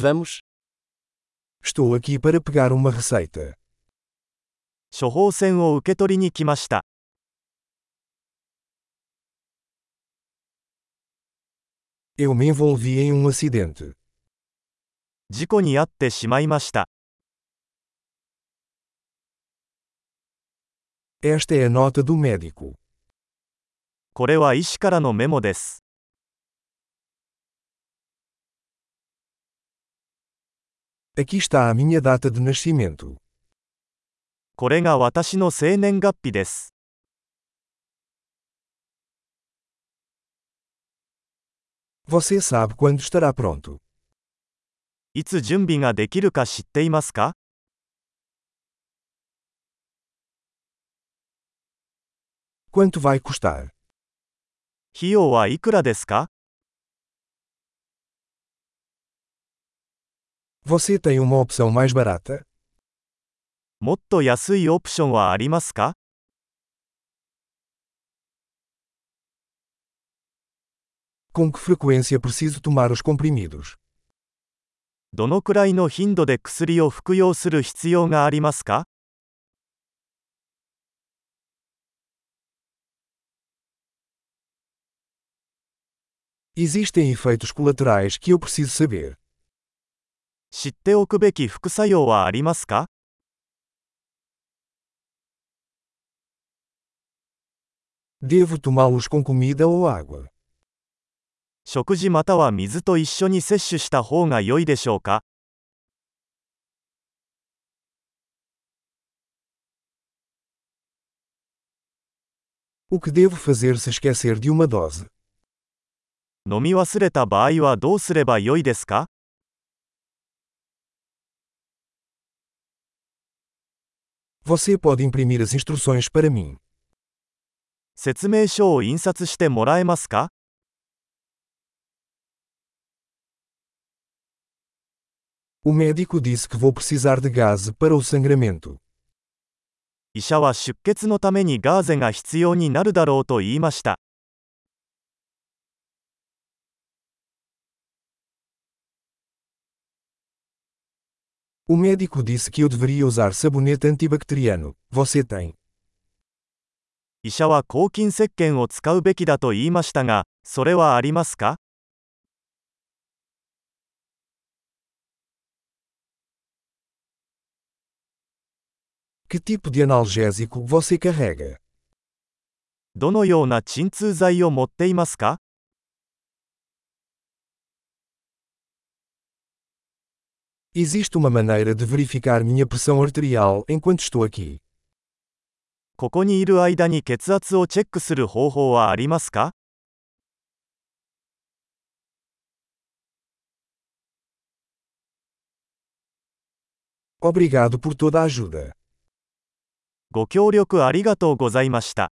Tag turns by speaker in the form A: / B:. A: Vamos.
B: Estou aqui para pegar uma receita.
A: 処方箋を受け取りに来ました。
B: Eu me envolvi em um acidente.
A: 事故に遭ってしまいました。
B: Esta é a nota do médico.
A: これは医師からのメモです。
B: Aqui está a minha data de nascimento.
A: これが私の生年月日です。
B: Você sabe quando estará pronto.
A: いつ準備ができるか知っていますか
B: Quanto vai custar?
A: 費用はいくらですか
B: Você tem uma opção mais barata?
A: もっと安いオプションはありますか
B: Com que frequência preciso tomar os comprimidos?
A: どのくらいの頻度で薬を服用する必要がありますか
B: Existem efeitos colaterais que eu preciso saber.
A: 知っておくべき副作用はありますか
B: Devo tomá-los com comida ou água?
A: 食事または水と一緒に摂取した方が良いでしょうか
B: O que devo fazer se esquecer de uma dose?
A: 飲み忘れた場合はどうすれば良いですか
B: Você pode imprimir as instruções para mim.
A: 説明書を印刷してもらえますか
B: O médico disse que vou precisar de gaze para o sangramento.
A: 医者は出血のためにガーゼが必要になるだろうと言いました。
B: O médico disse que eu deveria usar sabonete antibacteriano. Você tem?
A: 医者は抗菌石鹸を使うべきだと言いましたが、それはありますか
B: Que tipo de analgésico você carrega?
A: どのような鎮痛剤を持っていますか
B: Existe uma maneira de verificar minha pressão arterial enquanto estou aqui.
A: ここにいる間に血圧をチェックする方法はありますか
B: Obrigado por toda a ajuda.
A: ご協力ありがとうございました。